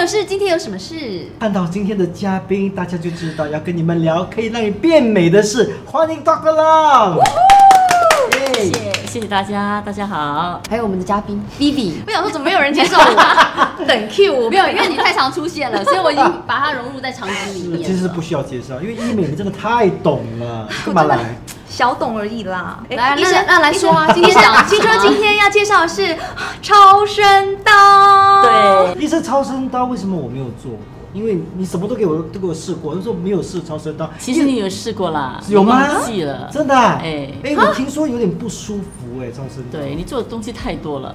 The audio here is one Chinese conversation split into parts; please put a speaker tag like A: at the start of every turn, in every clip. A: 有事，今天有什么事？
B: 看到今天的嘉宾，大家就知道要跟你们聊可以让你变美的事。欢迎哎 Dr. Lam。
C: 谢
B: 耶
C: 谢谢谢大家，大家好。
B: 哎
A: 还有我们的嘉宾 Vivi，我想说怎么没有人接受我？ 等 Q 我没有，因为你太常出现了，所以我已经把它融入在场景里
B: 是
A: 面了。
B: 其实是不需要介绍，因为医美你真的太懂 了，干嘛来？
D: 小懂而已啦。诶
A: 来
D: 医
A: 那
D: 生，
A: 那来说啊，今
D: 医
A: 天讲
D: 生，听说今天要介绍的是超声刀。
C: 对，
B: 医生超声刀为什么我没有做过？因为你什么都给我都给我试过，都说没有试超声刀。
C: 其实你有试过啦，
B: 有吗
C: 你忘记了，
B: 真的啊、哎
C: 哎
B: 哎、我听说有点不舒服哎、超声刀。
C: 对，你做的东西太多了，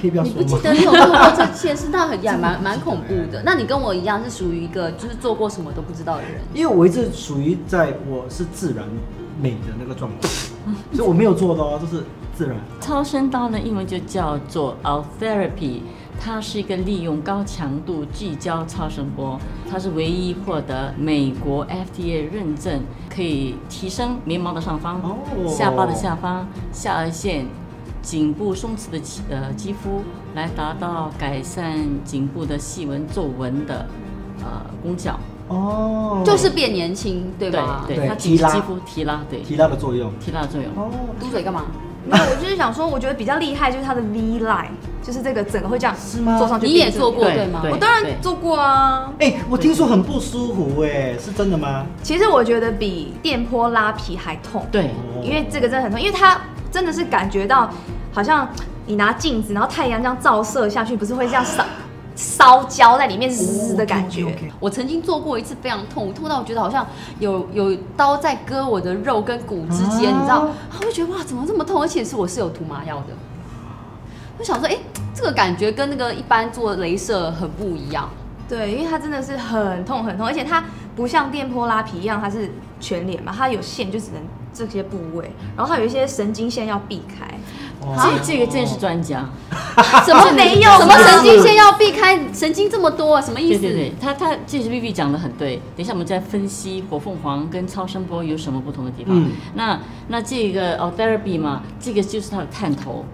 B: 可以不要
A: 你
B: 说
A: 不
B: 吗？
A: 记得你有做过这件事，那很也蛮蛮恐怖的。那你跟我一样是属于一个就是做过什么都不知道的人。
B: 因为我一直属于在我是自然美的那个状态，所以我没有做的哦，就是自然。
C: 超声刀呢，英文就叫做 out therapy，它是一个利用高强度聚焦超声波，它是唯一获得美国 FDA 认证，可以提升眉毛的上方、
B: 哦
C: 下巴的下方、下颌线、颈部松弛的肌呃肌肤，来达到改善颈部的细纹、皱纹的呃功效。
B: 哦，
A: 就是变年轻，对吧？
C: 对
B: 对
C: 它
B: 提
C: 只是
B: 拉
C: 肌肤提拉，对，
B: 提拉的作用。
C: 提拉作用。
B: 哦，
A: 嘟嘴干嘛？
D: 没有，我就是想说，我觉得比较厉害就是它的 V line，就是这个整个会这样
B: 是吗
D: 做上去。
A: 你也做过对吗？
C: 对
D: 我当然做过啊。
B: 哎、我听说很不舒服哎、是真的吗？
D: 其实我觉得比电波拉皮还痛。
C: 对
B: 哦
D: 因为这个真的很痛，因为它真的是感觉到好像你拿镜子，然后太阳这样照射下去，不是会这样烧烧焦在里面滋的感觉。
B: 哦，OK，OK，OK
A: 我曾经做过一次非常痛，痛到我觉得好像有有刀在割我的肉跟骨之间，
B: 啊
A: 你知道？啊，我就觉得哇，怎么这么痛？而且是我是有涂麻药的，我想说，哎、这个感觉跟那个一般做镭射很不一 样。
D: 对，因为它真的是很痛很痛，而且它不像电波拉皮一样，它是全脸嘛，它有线就只能这些部位，然后它有一些神经线要避开。
B: 哦
C: 这这个真是专家，
A: 什么
D: 没有
A: 什么神经线要避开，神经这么多，什么意
C: 对
A: 思？
C: 对对，他他这是 Vivi 讲的很对。等一下我们再分析火凤凰跟超声波有什么不同的地方。
B: 嗯
C: 那那这个哦 therapy 嘛，这个就是它的探头，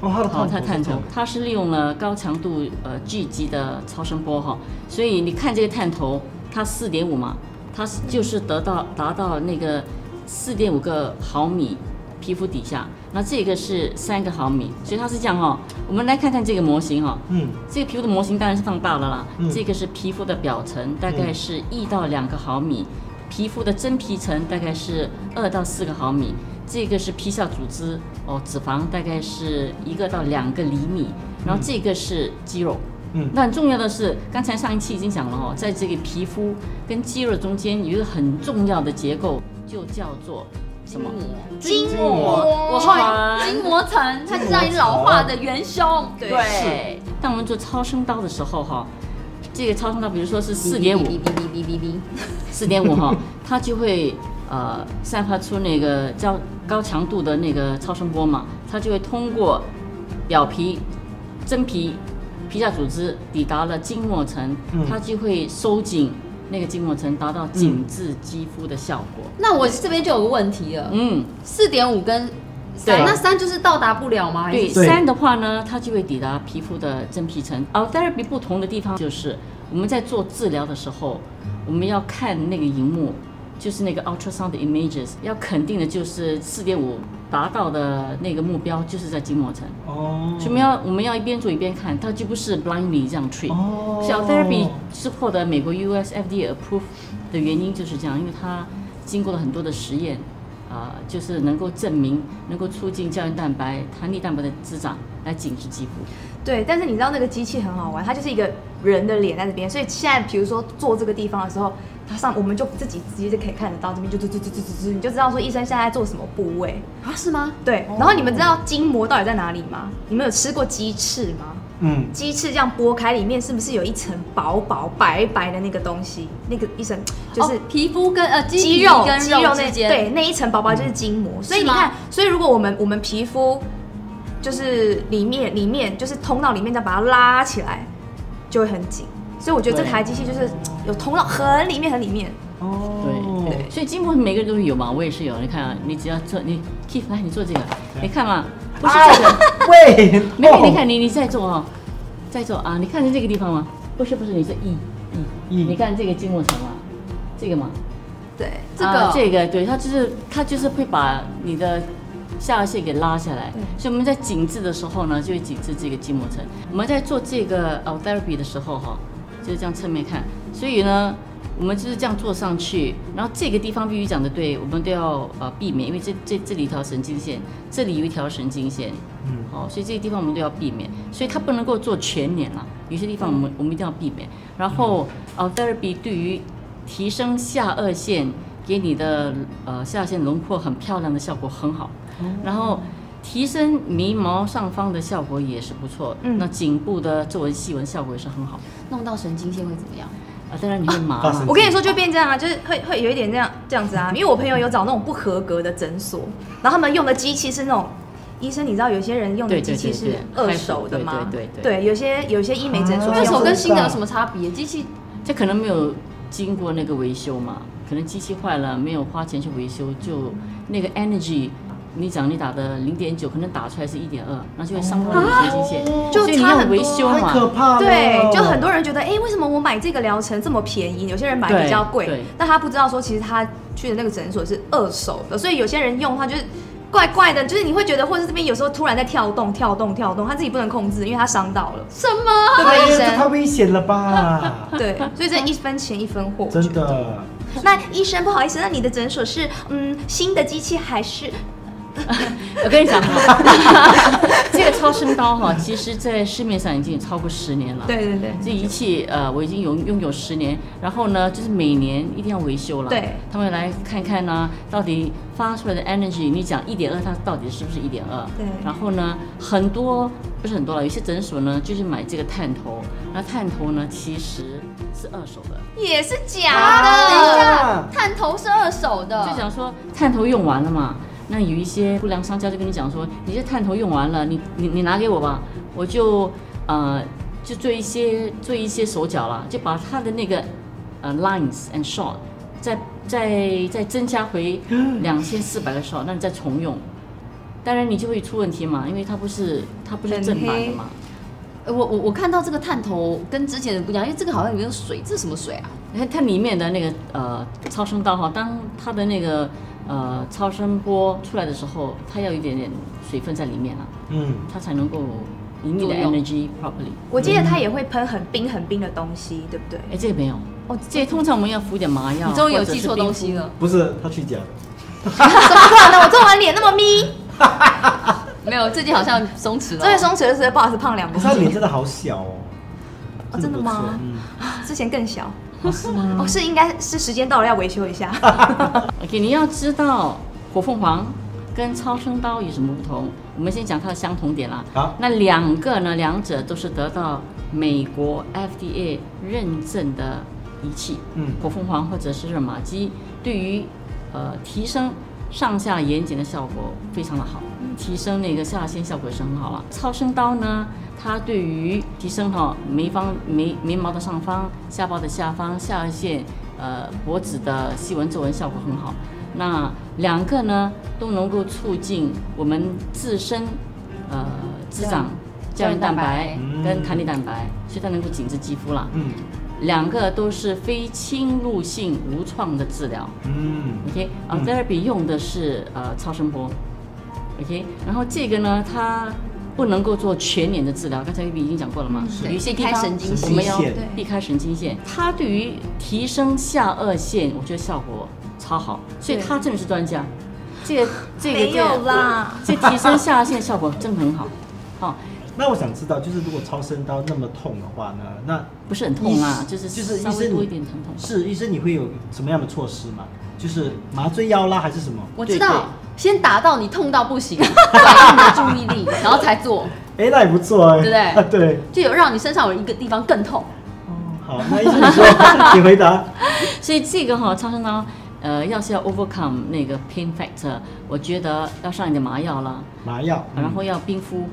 B: 哦，它的
C: 哦
B: 探，
C: 它
B: 头，
C: 探头，它是利用了高强度呃聚集的超声波哈、所以你看这个探头，它四点五嘛，它是就是得到达到那个四点五个毫米皮肤底下，那这个是三个毫米，所以它是这样哈、我们来看看这个模型哈、
B: 嗯，
C: 这个皮肤的模型当然是放大了啦，
B: 嗯
C: 这个是皮肤的表层，大概是一到两个毫米，皮肤的真皮层大概是二到四个毫米，这个是皮下组织哦，脂肪大概是一个到两个厘米，然后这个是肌肉。
B: 嗯
C: 那很重要的是，刚才上一期已经讲了哦，在这个皮肤跟肌肉中间有一个很重要的结构，就叫做什么？
A: 筋
B: 筋
A: 膜
B: 膜，
A: 我后来筋膜层，它是让你老化的元凶。
D: 对
A: 对，
C: 当我们做超声刀的时候哈、这个超声刀，比如说是四点五
A: 哔，哔哔哔哔哔哔
C: 四点五哈， 它就会呃散发出那个较高强度的那个超声波嘛，它就会通过表皮、真皮、皮下组织抵达了筋膜层
B: 嗯，
C: 它就会收紧那个筋膜层，达到紧致肌肤的效果。
A: 那我这边就有个问题了，
C: 嗯，
A: 四点五跟三，
C: 对
A: 那三就是到达不了吗？还
C: 对
A: 是
B: 对
C: 三的话呢，它就会抵达皮肤的真皮层。哦而 therapy 不同的地方就是，我们在做治疗的时候，我们要看那个荧幕，就是那个 ultrasound images，要肯定的就是四点五达到的那个目标就是在筋膜层。
B: 哦，
C: 所以我们要我们要一边做一边看，它就不是 blindly 这样 treat。
B: 哦，
C: 小 therapy 是获得美国 US FDA approve 的原因就是这样，因为它经过了很多的实验，啊、就是能够证明能够促进胶原蛋白、弹力蛋白的滋长，来紧致肌肤。
D: 对，但是你知道那个机器很好玩，它就是一个人的脸在那边，所以现在比如说做这个地方的时候，它上我们就自己直接就可以看得到这边就嘟嘟嘟嘟嘟嘟，你就知道说医生现在在做什么部位。
A: 啊？是吗？
D: 对，然后你们知道筋膜到底在哪里吗？你们有吃过鸡翅吗？
B: 嗯，
D: 鸡翅这样剥开，里面是不是有一层薄薄白白的那个东西？那个一层就是
A: 哦皮肤跟呃肌
D: 肌
A: 皮
D: 肉、
A: 跟
D: 肌肉
A: 之
D: 那
A: 间，
D: 对那一层薄薄就是筋膜。所以你
A: 是吗
D: 看，所以如果我们我们皮肤就是里面里面就是通道里面再把它拉起来，就会很紧。所以我觉得这
C: 对
D: 台机器就是有通道很里面很里面。
B: 哦，
C: 对，所以筋膜每个人都有嘛，我也是有。你看啊，你只要做，你 Keep 来，你做这个，你看嘛，不是这个，
B: 喂，
C: 没有，你
B: 哦
C: 看你你在做哦，在做啊，你看见这个地方吗？不是不是，你是 E E，
B: E
C: 你看这个积木层嘛，这个嘛，
D: 对，
A: 这个
C: 啊这个，对，它就是它就是会把你的下颚线给拉下来
D: 对。
C: 所以我们在紧致的时候呢，就会紧致这个筋膜层。我们在做这个呃 therapy 的时候哈、就是这样侧面看。所以呢，我们就是这样坐上去，然后这个地方必须讲的对，我们都要呃避免，因为这这这里一条神经线，这里有一条神经线，
B: 嗯，
C: 哦，所以这些地方我们都要避免，所以它不能够做全年了，有些地方我们我们一定要避免。然后，呃，therapy 对于提升下颚线给你的呃下颚线轮廓很漂亮的效果很好，然后提升眉毛上方的效果也是不错，
D: 嗯
C: 那颈部的皱纹细纹效果也是很好。
A: 弄到神经线会怎么样？
C: 啊、当然你会麻
B: 发神
C: 嘛
D: 我，跟你说就变这样啊，就是会会有一点这样这样子啊，因为我朋友有找那种不合格的诊所，然后他们用的机器是那种。医生，你知道有些人用的
C: 对对
D: 机器
C: 对
D: 是
C: 对
D: 二手的吗？
C: 对对对
D: 有些有些医美诊所
B: 啊
D: 是
A: 二
D: 用
A: 手跟新的有
B: 知道
A: 什么差别？机器
C: 这可能没有经过那个维修嘛，可能机器坏了没有花钱去维修，就那个 energy。你讲你打的零点九，可能打出来是一点二，那就会伤到你的神经线，
D: 就
C: 所以你
D: 差
C: 要
D: 很多
C: 维修
B: 哦太
C: 嘛。
B: 可怕了。
D: 对，就很多人觉得，哎、为什么我买这个疗程这么便宜？有些人买比较
C: 对对
D: 贵，但他不知道说，其实他去的那个诊所是二手的，所以有些人用他就是怪怪的，就是你会觉得，或者是这边有时候突然在跳动、跳动、跳动，他自己不能控制，因为他伤到了，
A: 什么？
D: 对不
B: 哎呀
D: 对，医
B: 这太
D: 生？？
B: 危险了吧
D: 对，所以这一分钱一分货，我觉
B: 真
D: 得。
B: 的，
D: 那医生不好意思，那你的诊所是嗯新的机器还是？
C: 我跟你讲哈， 这个超声刀哈，其实在市面上已经有超过十年了。
D: 对对对，
C: 这仪器呃，我已经有拥有十年，然后呢，就是每年一定要维修了。
D: 对，
C: 他们来看看呢、到底发出来的 energy，你讲一点二，它到底是不是一点二？
D: 对
C: 然后呢，很多不是很多了，有些诊所呢就是买这个探头，那探头呢其实是二手的，
D: 也是
A: 啊
D: 假
A: 等一
D: 的。
A: 下，探头是二手的，
C: 就讲说探头用完了嘛。那有一些不良商家就跟你讲说，你这探头用完了，你你你拿给我吧，我就呃就做一些做一些手脚啦，就把它的那个呃 lines and shot 再再再增加回两千四百个 shot，那你再重用，当然你就会出问题嘛，因为它不是它不是
D: 很
C: 正版的
D: 黑
C: 嘛。
A: 呃我我我看到这个探头跟之前的不一样，因为这个好像里面有水，这是什么水啊？
C: 它它里面的那个呃超声刀哈，当它的那个呃超声波出来的时候，它要有一点点水分在里面啊，
B: 嗯，
C: 它才能够引你的
A: 作用
C: energy properly。
D: 我记得他也会喷很冰很冰的东西，对不对？
C: 哎，这个没有，
D: 哦，
C: 这个通常我们要敷点麻药，
A: 你终于有
C: 啊或者是
A: 记错
C: 冰
A: 东西
C: 敷。
A: 了，
B: 不是他去讲，
D: 怎么可能？我做完脸那么咪，
A: 没有，最近好像松弛了。
D: 这位松弛的时候不好意思胖两
B: 可
D: 公
B: 是他
D: 斤
B: 脸，真的好小哦。
D: 哦真的吗
B: 不错嗯，
D: 之前更小。
B: 是吗？
D: 哦，是应该是时间到了要维修一下。
C: OK，你要知道火凤凰跟超声刀有什么不同，我们先讲它的相同点啦。
B: 好，
C: 那两个呢，两者都是得到美国 FDA 认证的仪器。
B: 嗯
C: 火凤凰或者是热玛吉，对于呃提升上下眼睑的效果非常的好，提升那个下线效果也是很好了。超声刀呢，它对于提升哈、眉方眉眉毛的上方、下巴的下方、下颚线、呃脖子的细纹皱纹效果很好。那两个呢，都能够促进我们自身呃滋长
A: 胶
C: 胶原
A: 原蛋
C: 蛋白
A: 白
C: 跟弹力蛋白，所以它能够紧致肌肤啦。
B: 嗯
C: 两个都是非侵入性无创的治疗。
B: 嗯
C: OK，啊、
B: 嗯
C: t h e r a p y 用的是呃超声波。OK，然后这个呢，它不能够做全脸的治疗，刚才 Vivi 已经讲过了嘛，
A: 是
C: 有一些
A: 嗯避
C: 地
A: 开
C: 方
A: 神经
C: 我们
B: 线
C: 要
B: 神经
D: 线
C: 避开神经线。它对于提升下颚线，我觉得效果超好，所以
D: 对
C: 他真的是专家。这个这个
D: 没有啦，
C: 这个这提升下颚线效果真的很好，好、
B: 那我想知道，就是如果超声刀那么痛的话呢，那
C: 不是很痛啦，
B: 医
C: 就是
B: 就是
C: 稍
B: 医
C: 微
B: 生
C: 多一点疼痛。
B: 是医生你会有什么样的措施吗？就是麻醉药啦，还是什么？
A: 我
C: 对
A: 知道
C: 对，
A: 先打到你痛到不行，转移你的注意力，然后才做，
B: 哎，那也不错哎，
A: 对不
B: 对，
A: 就有让你身上有一个地方更痛。
B: 好，那医生你说，你回答。
C: 所以这个哈、超声刀，呃，要是要 overcome 那个 pain factor，我觉得要上一点麻药啦，
B: 麻药，
C: 然后要冰敷，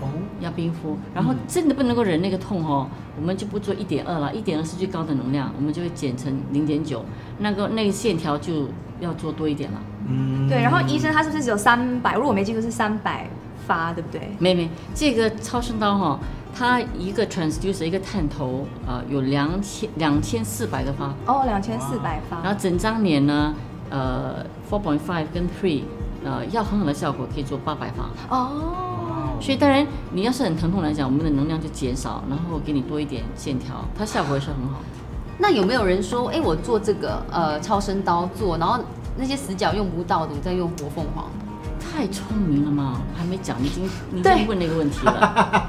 B: 哦，
C: 要冰敷，然后真的不能够忍那个痛哦，我们就不做一点二了，一点二是最高的能量，我们就会减成零点九，那个那个线条就要做多一点了。
B: 嗯
D: 对，然后医生他是不是只有三百？如果我没记错是三百发，对不对？
C: 妹妹，这个超声刀哈、它一个 transducer 一个探头，呃，有两千两千四百个发，
D: 哦，两千四百发，
C: 然后整张脸呢，呃，four point five 跟 three，呃，要很好的效果可以做八百发。
D: 哦，
B: 嗯
C: 所以当然，你要是很疼痛来讲，我们的能量就减少，然后给你多一点线条，它效果也是很好。
A: 那有没有人说，哎、我做这个呃超声刀做，然后那些死角用不到的，我再用活凤凰？
C: 太聪明了嘛，我还没讲，你已经你已
D: 对
C: 经问那个问题了。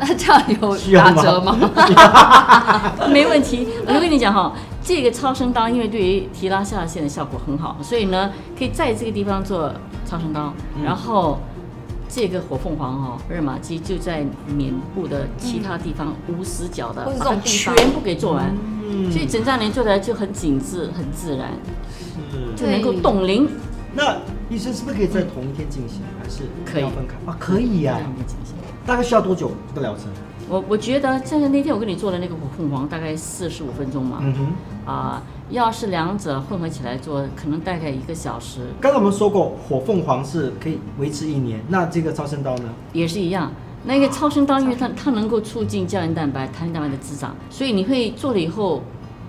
A: 那这样有
B: 需要
A: 打
B: 吗
A: 折吗？
C: 没问题，我就跟你讲哈、这个超声刀因为对于提拉下线的效果很好，所以呢，可以在这个地方做超声刀，
B: 嗯
C: 然后这个火凤凰哦，热玛吉就在脸部的其他地方、无死角的，
D: 或是这
C: 把它
D: 种地方
C: 全部给做完，
B: 嗯
C: 所以整张脸做起来就很紧致、很自然，
B: 是。
C: 就能够
A: 对
C: 冻龄。
B: 那医生是不是可以在同一天进行，还是
C: 可以
B: 要分开啊？可以呀、
C: 这样的情形
B: 大概需要多久这个疗程？
C: 我我觉得，像是那天我跟你做的那个火凤凰，大概四十五分钟嘛，
B: 嗯哼，
C: 啊、要是两者混合起来做，可能大概一个小时，
B: 刚才我们说过，火凤凰是可以维持一年，那这个超声刀呢？
C: 也是一样。那个超声刀，因为它它能够促进胶原蛋白、弹性蛋白的滋长，所以你会做了以后，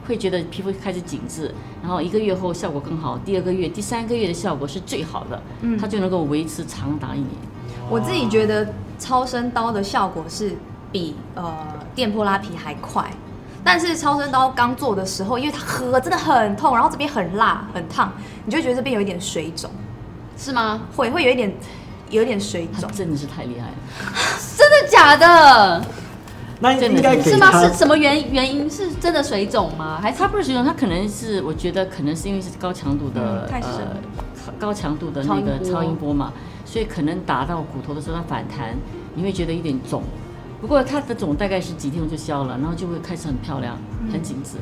C: 会觉得皮肤开始紧致，然后一个月后效果更好，第二个月、第三个月的效果是最好的，
D: 嗯
C: 它就能够维持长达一年。
D: 我自己觉得超声刀的效果是比呃电波拉皮还快，但是超声刀刚做的时候，因为它喝真的很痛，然后这边很辣很烫，你就会觉得这边有一点水肿，
A: 是吗？
D: 会会有一点有一点水
C: 它
D: 肿。
C: 真的是太厉害了。
A: 真的假的？
B: 那
C: 真的
B: 应该给
A: 是吗？
B: 他
A: 是什么原原因？是真的水肿吗？还是
C: 它不是水肿，它可能是我觉得可能是因为是高强度的、
D: 嗯太深
C: 呃高强度的那
A: 超
C: 个
A: 音波
C: 超音波嘛，所以可能打到骨头的时候它反弹，你会觉得有点肿。不过它的肿大概是几天后就消了，然后就会开始很漂亮、很紧致。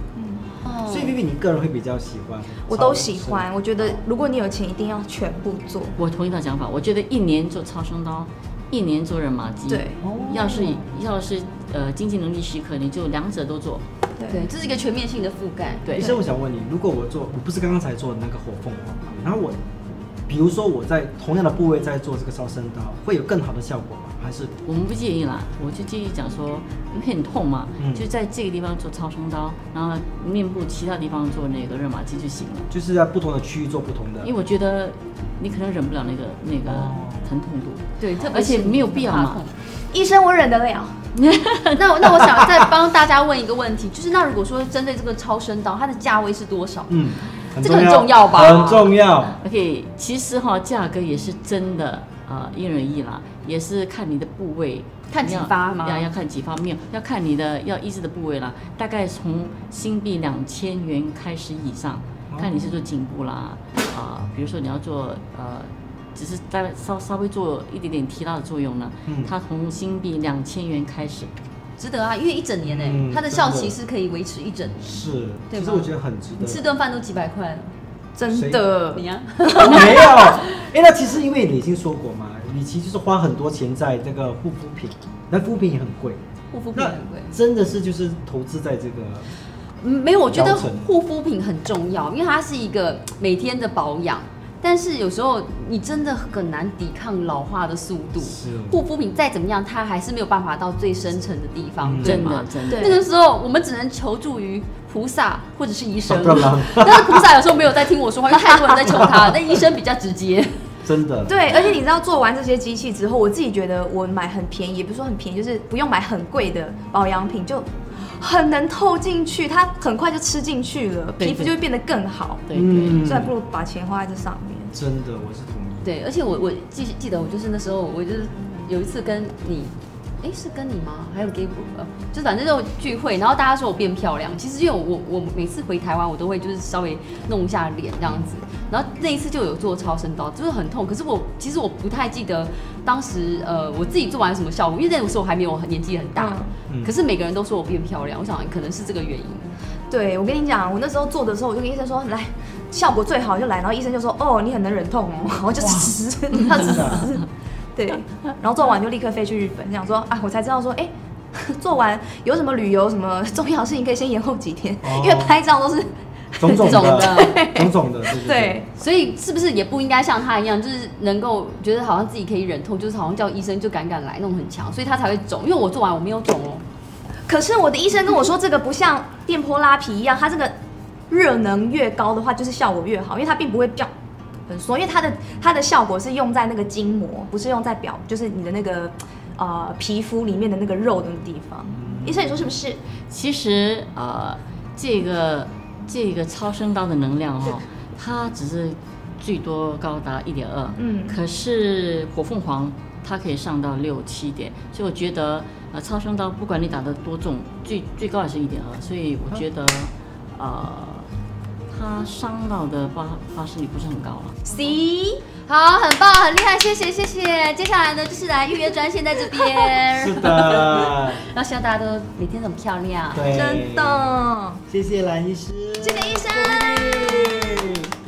A: 哦
B: 所以 Vivi 你个人会比较喜欢？
D: 我都喜欢，我觉得如果你有钱，一定要全部做。
C: 我同意他的讲法，我觉得一年做超声刀，一年做热玛吉。
D: 对，
C: 要是要是呃经济能力许可，你就两者都做。
A: 对，这是一个全面性的覆盖。
C: 对
B: 医，生，我想问你，如果我做，我不是刚刚才做的那个火凤凰吗，然后我，比如说我在同样的部位在做这个超声刀，会有更好的效果吗？还是
C: 我们不介意啦，我就建议讲说，因为很痛嘛，
B: 嗯
C: 就在这个地方做超声刀，然后面部其他地方做那个热玛吉就行了。
B: 就是在不同的区域做不同的
C: 因为？我觉得你可能忍不了那个那个疼痛度，
A: 对，特别
C: 而且
A: 是
C: 没有必要嘛
A: 怕痛
D: 医生我忍得了，
A: 那我那我想再帮大家问一个问题，就是那如果说针对这个超声刀，它的价位是多少？
B: 嗯，
A: 这个很重要吧
B: 很重要。
C: OK，其实哈、价格也是真的呃因人而异啦，也是看你的部位，
A: 看几
C: 你要
A: 发吗
C: 要要看几发，没有要看你的要医治的部位啦，大概从新币两千元开始以上，
A: 哦
C: 看你是做颈部啦，啊、比如说你要做呃。只是在稍稍微做一点点提拉的作用呢，
B: 嗯
C: 它从新币两千元开始，
A: 值得啊，因为一整年呢、
B: 嗯
A: 它的效
B: 真
A: 期
B: 的
A: 是可以维持一整年。
B: 是，
A: 对
B: 其
A: 吧
B: 实我觉得很值
A: 你
B: 得。
A: 吃顿饭都几百块了，
D: 真的
A: 你呀、
B: 没有，哎，那其实 因为你已经说过嘛，与其就是花很多钱在这个护肤品，那护肤品也很贵，
A: 护肤品
B: 那
A: 很贵。
B: 真的是就是投资在这个，
A: 嗯没有，我觉得
B: 疗程
A: 护肤品很重要，因为它是一个每天的保养。但是有时候你真的很难抵抗老化的速度
B: 是，
A: 护肤品再怎么样，它还是没有办法到最深层的地方，
B: 嗯
A: 对
C: 真
A: 吗？
C: 的真的。
A: 那个时候我们只能求助于菩萨或者是医生。
B: 不然
A: 但是菩萨有时候没有在听我说话，因为太多人在求 他，但医生比较直接。
B: 真的。
D: 对，而且你知道做完这些机器之后，我自己觉得我买很便宜，也不是说很便宜，就是不用买很贵的保养品，就很能透进去，它很快就吃进去了，
C: 对嗯
D: 皮肤就会变得更好。
C: 对对。
D: 所以还不如把钱花在这上面。
B: 真的，我是同意。
A: 对，而且我我记记得我就是那时候，我就是有一次跟你，哎，是跟你吗？还有 g a b 呃，就反正就聚会，然后大家说我变漂亮。其实因为我我我每次回台湾，我都会就是稍微弄一下脸这样子。然后那一次就有做超声刀，就是很痛。可是我其实我不太记得当时呃我自己做完什么效果，因为那个时候我还没有很年纪很大。
B: 嗯
A: 可是每个人都说我变漂亮，我想可能是这个原因。
D: 对，我跟你讲，我那时候做的时候，我就跟医生说，来，效果最好就来，然后医生就说，哦，你很能忍痛哦，然后就 吃，他吃
B: 真，的，
D: 对，然后做完就立刻飞去日本，想说啊，我才知道说，哎、 做完有什么旅游什么重要的事情可以先延后几天，
B: 哦
D: 因为拍照都是
B: 种 种
A: 种
B: 的
A: 的，
B: 种种的，对对
D: 对
B: 对。，
A: 所以是不是也不应该像他一样，就是能够觉得好像自己可以忍痛，就是好像叫医生就敢敢来那种很强，所以他才会肿。因为我做完我没有肿哦，
D: 可是我的医生跟我说，这个不像电波拉皮一样，它这个热能越高的话，就是效果越好，因为它并不会叫很缩，因为它的它的效果是用在那个筋膜，不是用在表，就是你的那个呃皮肤里面的那个肉的地方。医生，你说是不是？
C: 其实呃，这个这个超声刀的能量哦，它只是最多高达一点二，
D: 嗯
C: 可是火凤凰它可以上到六七点，所以我觉得呃，超声刀不管你打得多重，最最高也是一点二，所以我觉得呃，它伤到的发发生率不是很高了。
D: C
A: 好，很棒，很厉害，谢谢谢谢。接下来呢，就是来预约专线在这边，
B: 是的，
A: 然后希望大家都每天都很漂亮。
B: 对，
D: 真，的，
B: 谢谢蓝医师，
D: 谢谢医生。
B: 谢谢